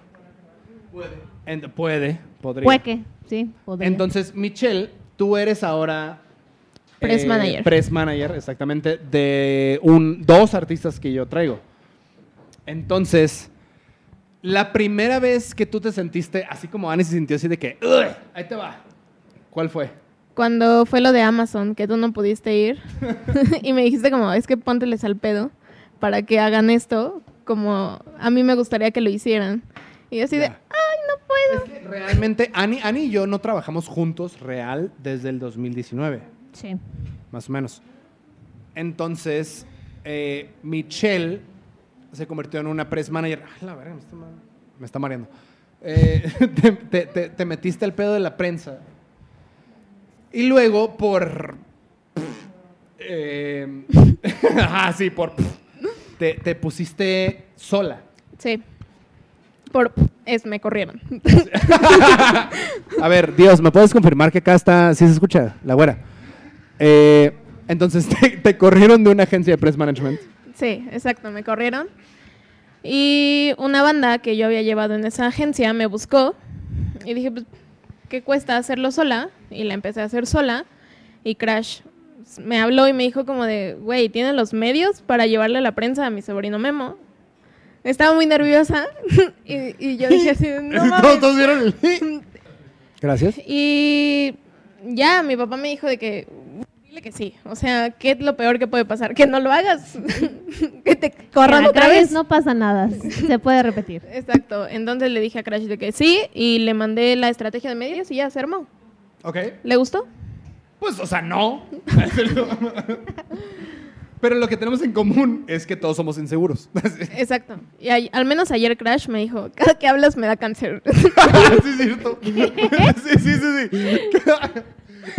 Speaker 1: Puede. puede, podría.
Speaker 3: Puede que, sí, podría.
Speaker 1: Entonces, Michelle, tú eres ahora... eh,
Speaker 4: Press manager.
Speaker 1: Press manager, exactamente, de un, dos artistas que yo traigo. Entonces, la primera vez que tú te sentiste, así como Annie se sintió así de que, "Ugh, ahí te va. ¿Cuál fue?
Speaker 4: Cuando fue lo de Amazon, que tú no pudiste ir, y me dijiste como, es que pónteles al pedo para que hagan esto, como a mí me gustaría que lo hicieran. Y yo así de, "Ah,
Speaker 1: Ya. Es que realmente, Annie, Annie y yo no trabajamos juntos real desde el 2019,
Speaker 3: Sí.
Speaker 1: más o menos. Entonces, eh, Michelle se convirtió en una press manager. Ay, la verga, me está, ma- me está mareando. Eh, te, te- te- te metiste al pedo de la prensa. Y luego, por. eh, ajá, sí, por. te, te pusiste sola.
Speaker 4: sí, por, es, me corrieron.
Speaker 1: A ver, Dios, ¿me puedes confirmar que acá está, sí se escucha, la güera? Eh, entonces, te, te corrieron de una agencia de press management.
Speaker 4: Sí, exacto, me corrieron. Y una banda que yo había llevado en esa agencia me buscó y dije, pues, qué cuesta hacerlo sola y la empecé a hacer sola y Crash me habló y me dijo como de, güey, ¿tienes los medios para llevarle la prensa a mi sobrino Memo? Estaba muy nerviosa y, y yo dije así, no
Speaker 1: todos,
Speaker 4: mames".
Speaker 1: todos vieron el- Gracias.
Speaker 4: Y ya, mi papá me dijo de que, dile que sí. O sea, ¿qué es lo peor que puede pasar? Que no lo hagas. que te corran
Speaker 3: Para
Speaker 4: otra
Speaker 3: Crash
Speaker 4: vez.
Speaker 3: No pasa nada, se puede repetir.
Speaker 4: Exacto. Entonces le dije a Crash de que sí y le mandé la estrategia de medios y ya se armó.
Speaker 1: Ok.
Speaker 4: ¿Le gustó?
Speaker 1: Pues, o sea, no. Pero lo que tenemos en común es que todos somos inseguros.
Speaker 4: Exacto. Y ay- al menos ayer Crash me dijo, cada que hablas me da cáncer.
Speaker 1: sí, es cierto. sí, sí, sí, sí.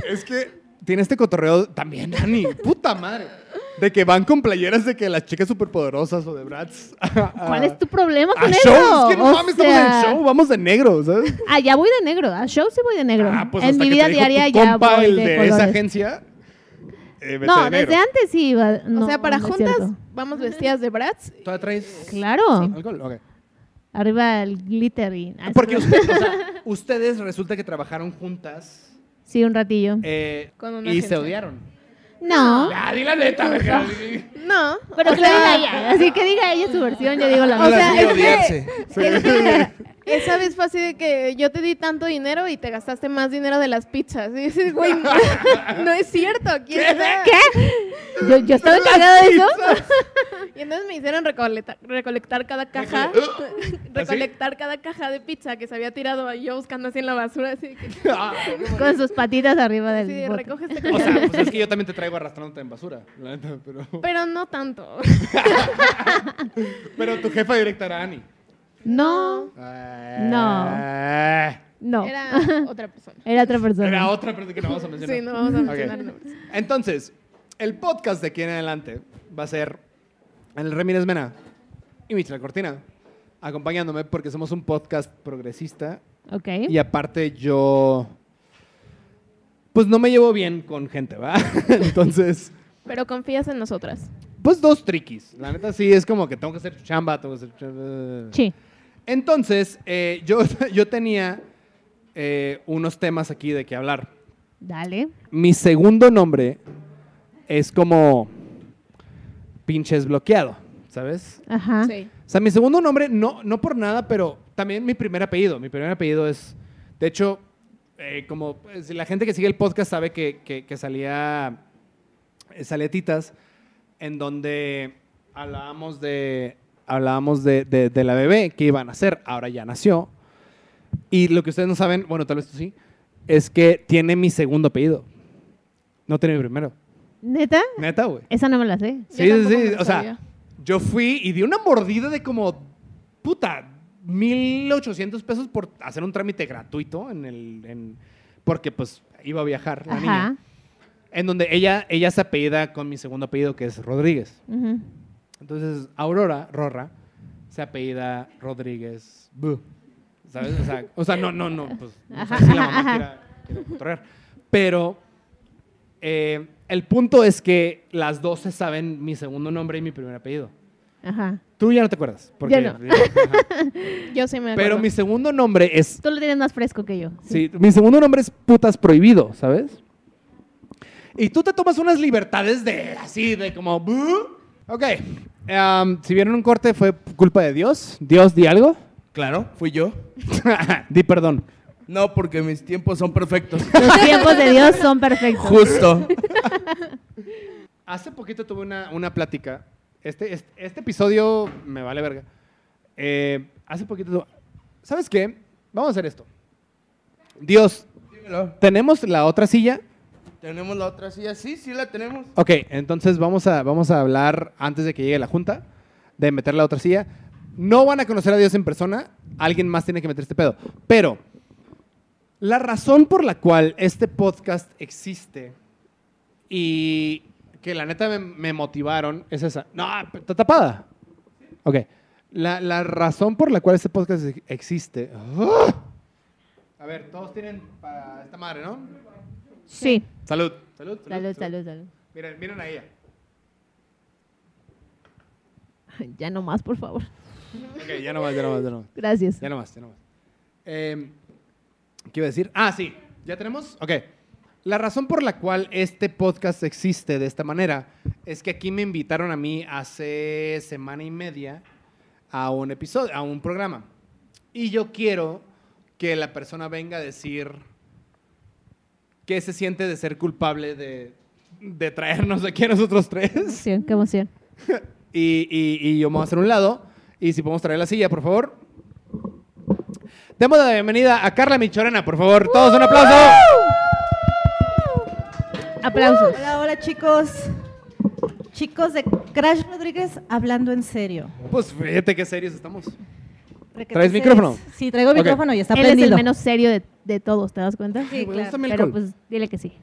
Speaker 1: es que tiene este cotorreo también, Dani. Puta madre. De que van con playeras de que las chicas superpoderosas o de Bratz. a- a-
Speaker 3: ¿Cuál es tu problema
Speaker 1: A
Speaker 3: con eso?
Speaker 1: shows. Ah, Que no
Speaker 3: O
Speaker 1: mames,
Speaker 3: sea,
Speaker 1: estamos en show. Vamos de negro, ¿sabes?
Speaker 3: Ah, ya voy de negro. A show sí voy de negro.
Speaker 1: Ah, pues
Speaker 3: en
Speaker 1: hasta
Speaker 3: mi
Speaker 1: que
Speaker 3: vida
Speaker 1: te dijo
Speaker 3: diaria
Speaker 1: tu
Speaker 3: ya
Speaker 1: compa,
Speaker 3: voy
Speaker 1: el
Speaker 3: de,
Speaker 1: de, esa
Speaker 3: colores.
Speaker 1: agencia. eh, vete
Speaker 3: No,
Speaker 1: de negro.
Speaker 3: desde antes sí iba. no,
Speaker 4: o sea, para
Speaker 3: no es
Speaker 4: juntas
Speaker 3: cierto.
Speaker 4: vamos vestidas de brats.
Speaker 1: ¿Todavía traes
Speaker 3: Claro. Ah,
Speaker 1: alcohol? Ok.
Speaker 3: Arriba el glitter y... ah,
Speaker 1: Porque usted- o sea, ustedes resulta que trabajaron juntas
Speaker 3: Sí, un ratillo.
Speaker 1: eh,
Speaker 4: Con una
Speaker 1: y se
Speaker 4: agencia.
Speaker 1: odiaron.
Speaker 3: no.
Speaker 1: Ah, di la neta, verga.
Speaker 4: No.
Speaker 3: Pero
Speaker 4: o
Speaker 3: que lo diga
Speaker 4: sea,
Speaker 3: ella. Así que diga ella su versión, yo digo la
Speaker 4: O
Speaker 3: mía.
Speaker 4: sea,
Speaker 1: sí,
Speaker 4: es
Speaker 1: odiarse.
Speaker 4: que, es que esa vez fue así de que yo te di tanto dinero y te gastaste más dinero de las pizzas. Y dices, güey, no, no es cierto. ¿quién sabe?".
Speaker 3: Yo, yo estaba encargada de eso.
Speaker 4: Y entonces me hicieron recolectar, recolectar cada caja,
Speaker 1: ¿Ah?
Speaker 4: recolectar cada caja de pizza que se había tirado yo buscando así en la basura. Así de que,
Speaker 3: Con sus patitas arriba
Speaker 4: así de,
Speaker 3: del bote.
Speaker 4: recoge este
Speaker 1: Ah, O
Speaker 4: caja".
Speaker 1: sea, pues es que yo también te traigo arrastrándote en basura. la neta, pero,
Speaker 4: Pero no tanto.
Speaker 1: pero tu jefa directa era Ani.
Speaker 3: No,
Speaker 1: No.
Speaker 3: no. Era,
Speaker 4: Era otra persona.
Speaker 3: otra persona.
Speaker 1: Era otra persona que no vamos a mencionar.
Speaker 4: Sí, no vamos a
Speaker 1: Ok.
Speaker 4: mencionar nombres.
Speaker 1: Entonces, el podcast de aquí en adelante va a ser el Ramírez Mena y Michelle Cortina acompañándome porque somos un podcast progresista
Speaker 3: Ok.
Speaker 1: Y aparte yo, pues no me llevo bien con gente, ¿va? Entonces,
Speaker 4: Pero confías en nosotras.
Speaker 1: pues dos triquis. La neta sí, es como que tengo que hacer chamba, tengo que hacer chamba.
Speaker 3: Sí.
Speaker 1: Entonces, eh, yo, yo tenía eh, unos temas aquí de qué hablar.
Speaker 3: Dale.
Speaker 1: Mi segundo nombre es como pinches bloqueado, ¿sabes?
Speaker 3: Ajá.
Speaker 4: Sí.
Speaker 1: O sea, mi segundo nombre, no, no por nada, pero también mi primer apellido. Mi primer apellido es, de hecho, eh, como pues, la gente que sigue el podcast sabe que, que- que salía, eh, salía Titas, en donde hablábamos de, hablábamos de, de- de la bebé que iba a nacer, ahora ya nació. Y lo que ustedes no saben, bueno, tal vez tú sí, es que tiene mi segundo apellido. No tiene mi primero.
Speaker 3: ¿Neta?
Speaker 1: Neta, güey.
Speaker 3: Esa no me la sé.
Speaker 4: Yo
Speaker 1: Sí, sí,
Speaker 4: tampoco
Speaker 1: sí.
Speaker 4: me lo
Speaker 1: O sea,
Speaker 4: sabía.
Speaker 1: yo fui y di una mordida de como, puta, 1.800 pesos por hacer un trámite gratuito en el... en- porque pues iba a viajar la
Speaker 3: Ajá.
Speaker 1: niña. En donde ella, ella se apellida con mi segundo apellido, que es Rodríguez.
Speaker 3: Ujú.
Speaker 1: Entonces, Aurora, Rorra, se apellida Rodríguez. Bu. ¿Sabes? O sea, o sea, no, no, no. Pues, no sé
Speaker 3: Ajá,
Speaker 1: si la mamá
Speaker 3: ajá,
Speaker 1: quiera- quiera cotorrear. Pero eh, el punto es que las dos se saben mi segundo nombre y mi primer apellido.
Speaker 3: Ajá.
Speaker 1: Tú ya no te acuerdas.
Speaker 3: no.
Speaker 1: ajá.
Speaker 4: Yo sí me acuerdo.
Speaker 1: Pero mi segundo nombre es...
Speaker 3: Tú lo tienes más fresco que yo.
Speaker 1: Sí, mi segundo nombre es putas prohibido, ¿sabes? Y tú te tomas unas libertades de así, de como... "Bu". Ok. em, si vieron un corte, fue culpa de Dios. Dios, di algo.
Speaker 2: Claro, fui yo.
Speaker 1: di perdón.
Speaker 2: No, porque mis tiempos son perfectos.
Speaker 3: Los tiempos de Dios son perfectos.
Speaker 2: Justo.
Speaker 1: Hace poquito tuve una, una plática. Este, este, este episodio me vale verga. Eh, hace poquito... tu- ¿Sabes qué? Vamos a hacer esto. Dios,
Speaker 2: Dímelo.
Speaker 1: ¿tenemos la otra silla?
Speaker 2: ¿Tenemos la otra silla? Sí, sí la tenemos.
Speaker 1: Ok, entonces vamos a, vamos a hablar antes de que llegue la junta de meter la otra silla. No van a conocer a Dios en persona, alguien más tiene que meter este pedo. Pero la razón por la cual este podcast existe y que la neta me, me motivaron es esa. No, está tapada. Ok. La, la razón por la cual este podcast ex- existe. ¡Ah! A ver, todos tienen para esta madre, ¿no?
Speaker 3: Sí.
Speaker 1: Salud. Salud,
Speaker 3: Salud, salud, salud.
Speaker 1: Miren, miren a ella.
Speaker 3: Ya no más, por favor.
Speaker 1: Ok, ya no más, ya no más, ya no más.
Speaker 3: Gracias.
Speaker 1: Ya no más, ya no más. Eh, ¿Qué iba a decir? Ah, sí. ¿Ya tenemos? Ok. La razón por la cual este podcast existe de esta manera es que aquí me invitaron a mí hace semana y media a un episodio, a un programa. Y yo quiero que la persona venga a decir qué se siente de ser culpable de, de traernos aquí a nosotros tres.
Speaker 3: emoción, qué emoción.
Speaker 1: Y, y- y yo me voy a hacer un lado. Y si podemos traer la silla, por favor. Demos la bienvenida a Carla Michorena, por favor. Todos un aplauso.
Speaker 3: Aplausos.
Speaker 5: Hola, hola chicos. Chicos de Crash Rodríguez hablando en serio.
Speaker 1: Pues fíjate qué serios estamos.
Speaker 5: Requete
Speaker 1: ¿Traes
Speaker 5: serios.
Speaker 1: micrófono?
Speaker 5: Sí, traigo
Speaker 1: Ok.
Speaker 5: micrófono y está
Speaker 3: Él
Speaker 5: prendido.
Speaker 3: es el menos serio de, de todos, ¿te das cuenta?
Speaker 1: Me
Speaker 5: Sí,
Speaker 1: gusta
Speaker 5: claro.
Speaker 1: mi
Speaker 3: Pero
Speaker 1: alcohol.
Speaker 3: pues dile que sí.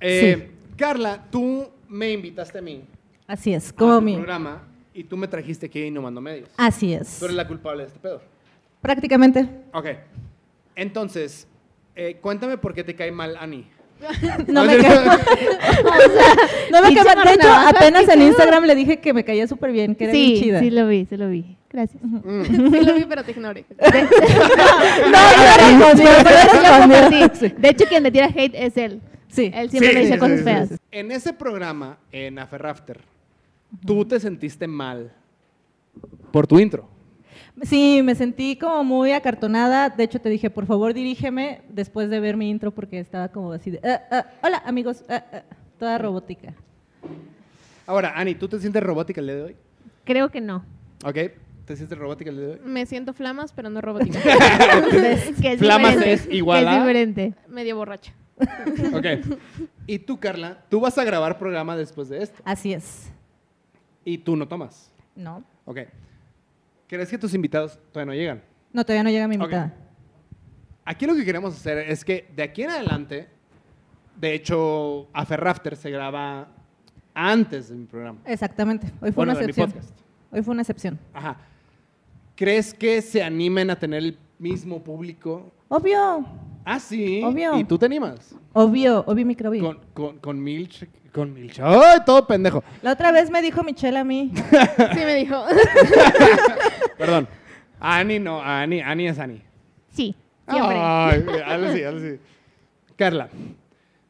Speaker 1: Eh, Carla, tú me invitaste a mí
Speaker 5: Así es,
Speaker 1: a
Speaker 5: como
Speaker 1: tu
Speaker 5: mi.
Speaker 1: Ah, programa y tú me trajiste aquí innovando medios.
Speaker 5: Así es.
Speaker 1: Tú eres la culpable de este pedo.
Speaker 5: Prácticamente.
Speaker 1: Ok. Entonces, eh, cuéntame por qué te cae mal Ani. Ah,
Speaker 5: No me cae. No me
Speaker 3: Pinche
Speaker 5: cae. De hecho,
Speaker 3: Marta.
Speaker 5: apenas en Instagram le dije que me caía súper bien, que era
Speaker 3: sí,
Speaker 5: bien chida.
Speaker 3: sí lo vi, sí lo vi. Gracias.
Speaker 1: Mm.
Speaker 4: Sí lo vi, pero te ignoré.
Speaker 5: No, no, no,
Speaker 3: Pero por eso yo
Speaker 5: no, no, no, no.
Speaker 3: compartí. De hecho, quien me tira hate es él.
Speaker 5: Sí.
Speaker 3: Él siempre me dice cosas feas.
Speaker 1: En ese programa, en Aferrafter, tú te sentiste mal por tu intro.
Speaker 5: Sí, me sentí como muy acartonada. De hecho, te dije, por favor, dirígeme después de ver mi intro porque estaba como así de, "Ah, ah, hola, amigos, ah, ah", toda robótica.
Speaker 1: Ahora, Ani, ¿tú te sientes robótica el día de hoy?
Speaker 3: Creo que no.
Speaker 1: ¿Ok? ¿Te sientes robótica el día de hoy?
Speaker 4: Me siento flamas, pero no robótica.
Speaker 3: que es
Speaker 1: Flamas
Speaker 3: diferente,
Speaker 1: es igual
Speaker 3: que
Speaker 1: a-
Speaker 3: Es diferente.
Speaker 4: Medio borracha.
Speaker 1: Ok. Y tú, Carla, tú vas a grabar programa después de esto
Speaker 5: Así es.
Speaker 1: y tú no tomas.
Speaker 5: No,
Speaker 1: Ok. ¿Crees que tus invitados todavía no llegan?
Speaker 5: no, todavía no llega mi
Speaker 1: Ok.
Speaker 5: invitada.
Speaker 1: Aquí lo que queremos hacer es que de aquí en adelante, de hecho, Aferrafter se graba antes de mi programa.
Speaker 5: Exactamente. Hoy fue
Speaker 1: Bueno,
Speaker 5: una
Speaker 1: de mi
Speaker 5: excepción.
Speaker 1: podcast.
Speaker 5: Hoy fue una excepción.
Speaker 1: Ajá. ¿Crees que se animen a tener el mismo público?
Speaker 5: Obvio,
Speaker 1: Ah, sí.
Speaker 5: Obvio.
Speaker 1: Y tú te animas.
Speaker 5: obvio, obvio microbio.
Speaker 1: Con, con, con Milch. Con Milch. ¡Ay, todo pendejo!
Speaker 5: La otra vez me dijo Michelle a mí,
Speaker 4: Sí me dijo.
Speaker 1: Perdón. Ani no, Ani, Ani es Ani.
Speaker 3: Sí. Siempre.
Speaker 1: Ay, ahora sí, ahora sí. Carla,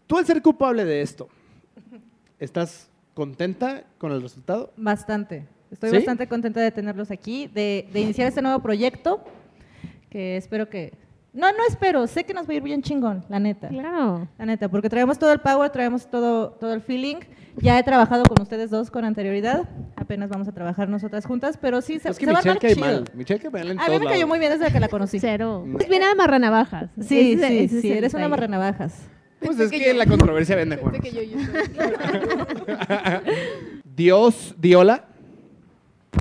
Speaker 1: tú al ser culpable de esto, ¿estás contenta con el resultado?
Speaker 5: bastante. Estoy
Speaker 1: ¿Sí?
Speaker 5: bastante contenta de tenerlos aquí, de, de iniciar este nuevo proyecto, que espero que... No, no espero, sé que nos va a ir bien chingón, la neta.
Speaker 3: Claro.
Speaker 5: La neta, porque traemos todo el power, traemos todo, todo el feeling. Ya he trabajado con ustedes dos con anterioridad. Apenas vamos a trabajar nosotras juntas, pero sí, se,
Speaker 1: es que
Speaker 5: se va a
Speaker 1: Michelle
Speaker 5: armar
Speaker 1: cae
Speaker 5: chido.
Speaker 1: mal. Michelle cae mal en
Speaker 5: A mí
Speaker 1: todos
Speaker 5: me cayó
Speaker 1: lados.
Speaker 5: muy bien desde que la conocí. Sí,
Speaker 3: Cero. Es bien navajas.
Speaker 5: sí, sí, eres una marranavajas.
Speaker 1: Pues
Speaker 4: Pensé
Speaker 1: es que,
Speaker 4: que yo-
Speaker 1: la controversia vende,
Speaker 4: Pensé
Speaker 1: Juan.
Speaker 4: que yo, yo.
Speaker 1: Dios, Diola.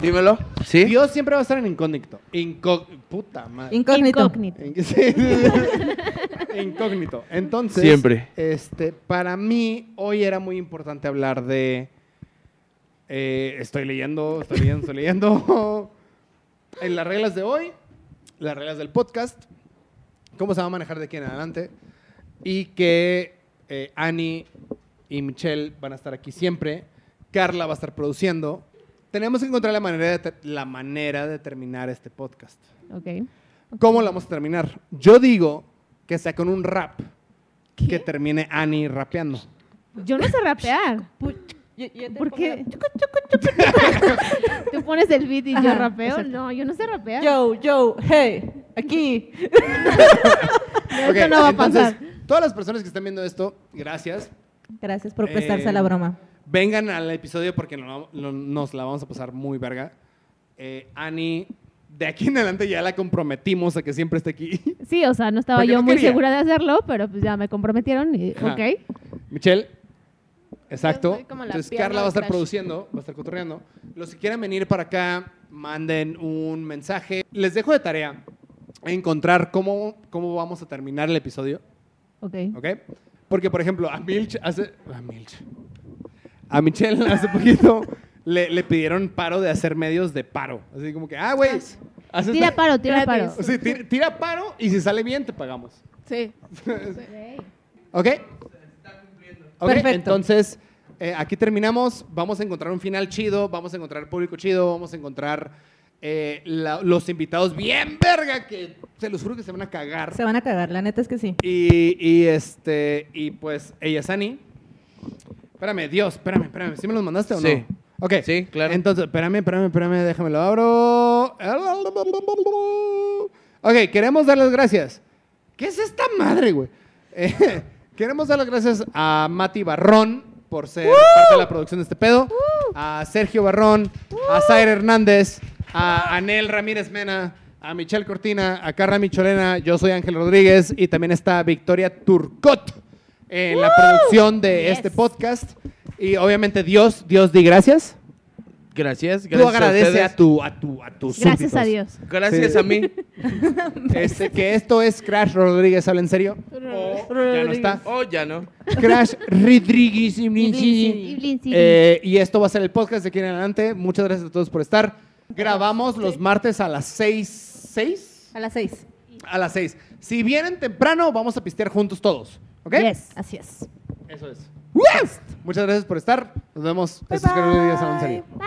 Speaker 2: Dímelo. ¿Sí?
Speaker 1: Dios siempre va a estar en incógnito. Incó... Puta madre.
Speaker 5: Incógnito.
Speaker 3: Incógnito.
Speaker 1: Sí, sí, sí. incógnito. Entonces,
Speaker 2: Siempre.
Speaker 1: Este, para mí, hoy era muy importante hablar de. eh, estoy leyendo, estoy leyendo, estoy leyendo. en las reglas de hoy, las reglas del podcast, cómo se va a manejar de aquí en adelante. Y que eh, Ani y Michelle van a estar aquí siempre. Carla va a estar produciendo. Tenemos que encontrar la manera de, ter- la manera de terminar este podcast.
Speaker 3: Ok.
Speaker 1: ¿Cómo la vamos a terminar? Yo digo que sea con un rap que termine Annie rapeando.
Speaker 3: Yo no sé rapear. ¿Por
Speaker 5: ¿Por
Speaker 3: qué? Tú pones el beat y yo
Speaker 5: Ajá,
Speaker 3: rapeo.
Speaker 5: exacto.
Speaker 3: No, yo no sé rapear.
Speaker 5: Yo, yo, hey, aquí.
Speaker 3: No, eso no va a pasar.
Speaker 1: Todas las personas que están viendo esto, gracias.
Speaker 5: Gracias por
Speaker 1: Eh,
Speaker 5: prestarse a la broma.
Speaker 1: Vengan al episodio porque no- no- nos la vamos a pasar muy verga. Eh, Annie, de aquí en adelante ya la comprometimos a que siempre esté aquí.
Speaker 3: Sí, o sea, no estaba
Speaker 1: Porque
Speaker 3: yo
Speaker 1: no
Speaker 3: muy
Speaker 1: quería.
Speaker 3: segura de hacerlo, pero pues ya me comprometieron y
Speaker 1: Ajá.
Speaker 3: ok.
Speaker 1: Michelle. Exacto.
Speaker 4: soy como la
Speaker 1: Entonces
Speaker 4: pierna
Speaker 1: Carla
Speaker 4: de
Speaker 1: va a estar
Speaker 4: Crash.
Speaker 1: produciendo, va a estar cotorreando. Los que quieran venir para acá, manden un mensaje. Les dejo de tarea encontrar cómo, cómo vamos a terminar el episodio,
Speaker 3: Ok.
Speaker 1: ¿ok? Porque, por ejemplo, a Milch hace... A Milch. A Michelle hace poquito le, le pidieron paro de hacer medios de paro. Así como que, ah, güey. haces-
Speaker 3: Tira paro, tira
Speaker 4: Gratis.
Speaker 3: paro.
Speaker 1: Sí, tira, tira paro y si sale bien te pagamos.
Speaker 4: Sí.
Speaker 1: ¿Ok? Ok,
Speaker 5: Perfecto.
Speaker 1: entonces eh, aquí terminamos. Vamos a encontrar un final chido, vamos a encontrar público chido, vamos a encontrar eh, la- los invitados bien verga que se los juro que se van a cagar.
Speaker 5: Se van a cagar, la neta es que sí.
Speaker 1: Y, y, este, y pues ella Sani. Espérame, Dios, espérame, espérame. ¿Sí me los mandaste o
Speaker 2: Sí.
Speaker 1: no? Ok.
Speaker 2: Sí, claro.
Speaker 1: Entonces, espérame, espérame, espérame, déjame lo abro. Ok, queremos dar las gracias. ¿Qué es esta madre, güey? Eh, queremos dar las gracias a Mati Barrón por ser parte de la producción de este pedo, a Sergio Barrón, a Zaire Hernández, a Anel Ramírez Mena, a Michelle Cortina, a Carla Micholena, yo soy Ángel Rodríguez y también está Victoria Turcot en la producción de
Speaker 3: Yes.
Speaker 1: este podcast. Y obviamente Dios, Dios di gracias.
Speaker 2: Gracias, gracias.
Speaker 1: Tú agradece a,
Speaker 2: ustedes.
Speaker 1: tu, a, tu, a tus
Speaker 3: Gracias a
Speaker 1: súbditos.
Speaker 3: Dios.
Speaker 2: Gracias
Speaker 1: Sí.
Speaker 2: a mí.
Speaker 1: Este, que esto es Crash Rodríguez, ¿habla en serio? O ya no está.
Speaker 2: Oh, ya no.
Speaker 1: Crash Rodríguez.
Speaker 3: Y Blin, sí,
Speaker 1: Eh, y esto va a ser el podcast de aquí en adelante. Muchas gracias a todos por estar. Grabamos los martes a las 6. ¿Seis?
Speaker 5: A las seis.
Speaker 1: A las 6. Si vienen temprano, vamos a pistear juntos todos. ¿Ok?
Speaker 3: Yes.
Speaker 5: Así es.
Speaker 1: Eso es. Muchas gracias por estar. Nos vemos. Esto es Crash Rodríguez, habla en serio.
Speaker 3: Bye.